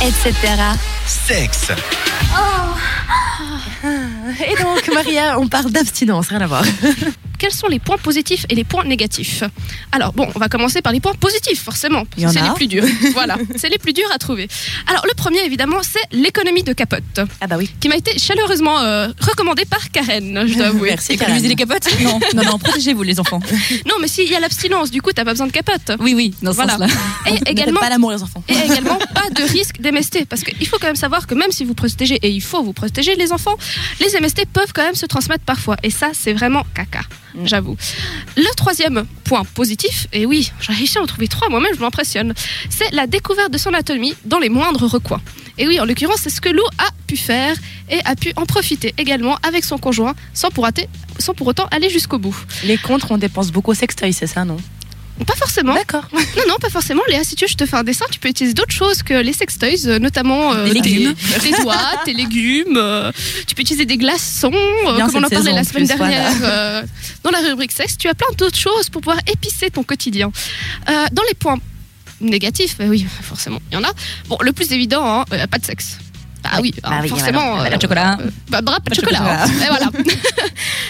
etc. Sexe. Et donc, Maria, on parle d'abstinence, rien à voir. Quels sont les points positifs et les points négatifs Alors bon, on va commencer par les points positifs, forcément, parce Il y en que c'est a. les plus durs. voilà, c'est les plus durs à trouver. Alors le premier, évidemment, c'est l'économie de capote, Ah bah oui. qui m'a été chaleureusement euh, recommandée par Karen, je dois avouer. Merci, Karen. Économisez les capotes Non, non, non, protégez-vous les enfants. Non, mais s'il y a l'abstinence, du coup, t'as pas besoin de capote. Oui, oui, dans ce Voilà. sens-là. Et également, pas l'amour les enfants. et également pas de risque d'MST. Parce qu'il faut quand même savoir que même si vous protégez, et il faut vous protéger les enfants, les MST peuvent quand même se transmettre parfois. Et ça, c'est vraiment caca, j'avoue. Le troisième point positif, et oui, j'ai réussi à en trouver trois moi-même, je m'impressionne, c'est la découverte de son anatomie dans les moindres recoins. Et oui, en l'occurrence, c'est ce que Lou a pu faire et a pu en profiter également avec son conjoint sans pour, athée- sans pour autant aller jusqu'au bout. Les contres, on dépense beaucoup au sextoy, c'est ça, non Pas forcément. D'accord. Non, non, pas forcément. Léa, si tu veux, je te fais un dessin. Tu peux utiliser d'autres choses que les sextoys, euh, notamment euh, Les légumes. tes, tes doigts, tes légumes. euh, tu peux utiliser des glaçons, euh, Bien comme on en cette parlait saison, la en semaine plus, dernière euh, dans la rubrique sexe. Tu as plein d'autres choses pour pouvoir épicer ton quotidien. Euh, dans les points négatifs, bah oui, forcément, il y en a. Bon, le plus évident, hein, euh, pas de sexe. Ah oui, hein, oui, forcément. voilà. euh, Pas de chocolat. euh, bah, bras, Pas pas de de chocolat. chocolat. hein. Et voilà.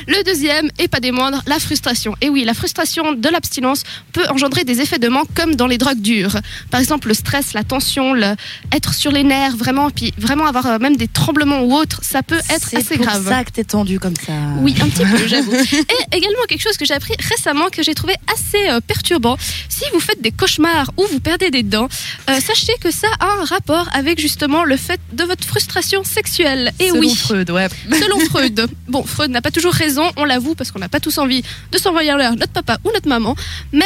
le deuxième, et pas des moindres, la frustration. Et oui, la frustration de l'abstinence peut engendrer des effets de manque comme dans les drogues dures. Par exemple, le stress, la tension, le être sur les nerfs, vraiment, puis vraiment avoir euh, même des tremblements ou autres, ça peut être assez pour grave. ça que t'es tendu comme ça. Oui, un petit peu, j'avoue. Et également quelque chose que j'ai appris récemment que j'ai trouvé assez euh, perturbant. Si vous faites des cauchemars ou vous perdez des dents, euh, sachez que ça a un rapport avec justement le fait de votre frustration sexuelle. Et Selon oui. Freud, ouais. Selon Freud. Bon, Freud n'a pas toujours raison, on l'avoue, parce qu'on n'a pas tous envie de s'envoyer à l'heure notre papa ou notre maman. Mais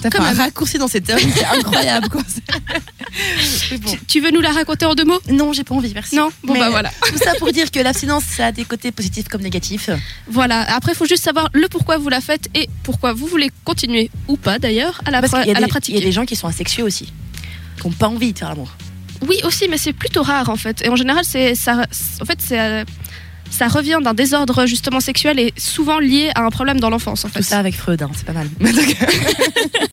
T'as Quand fait un même. raccourci dans cet homme, c'est incroyable quoi. tu, tu veux nous la raconter en deux mots Non, j'ai pas envie, merci. Non Bon, Mais- bah voilà. Tout ça pour dire que l'abstinence, ça a des côtés positifs comme négatifs. Voilà. Après, il faut juste savoir le pourquoi vous la faites et pourquoi vous voulez continuer ou pas d'ailleurs à la, Ah, Parce pra- qu'il y a des- Il à la y a pratiquer. des gens qui sont asexués aussi, qui n'ont pas envie de faire l'amour. Oui, aussi, mais c'est plutôt rare en fait. Et en général, c'est ça. En fait, c'est. euh, Ça revient d'un désordre justement sexuel et souvent lié à un problème dans l'enfance en fait. Tout ça avec Freud, hein, c'est pas mal.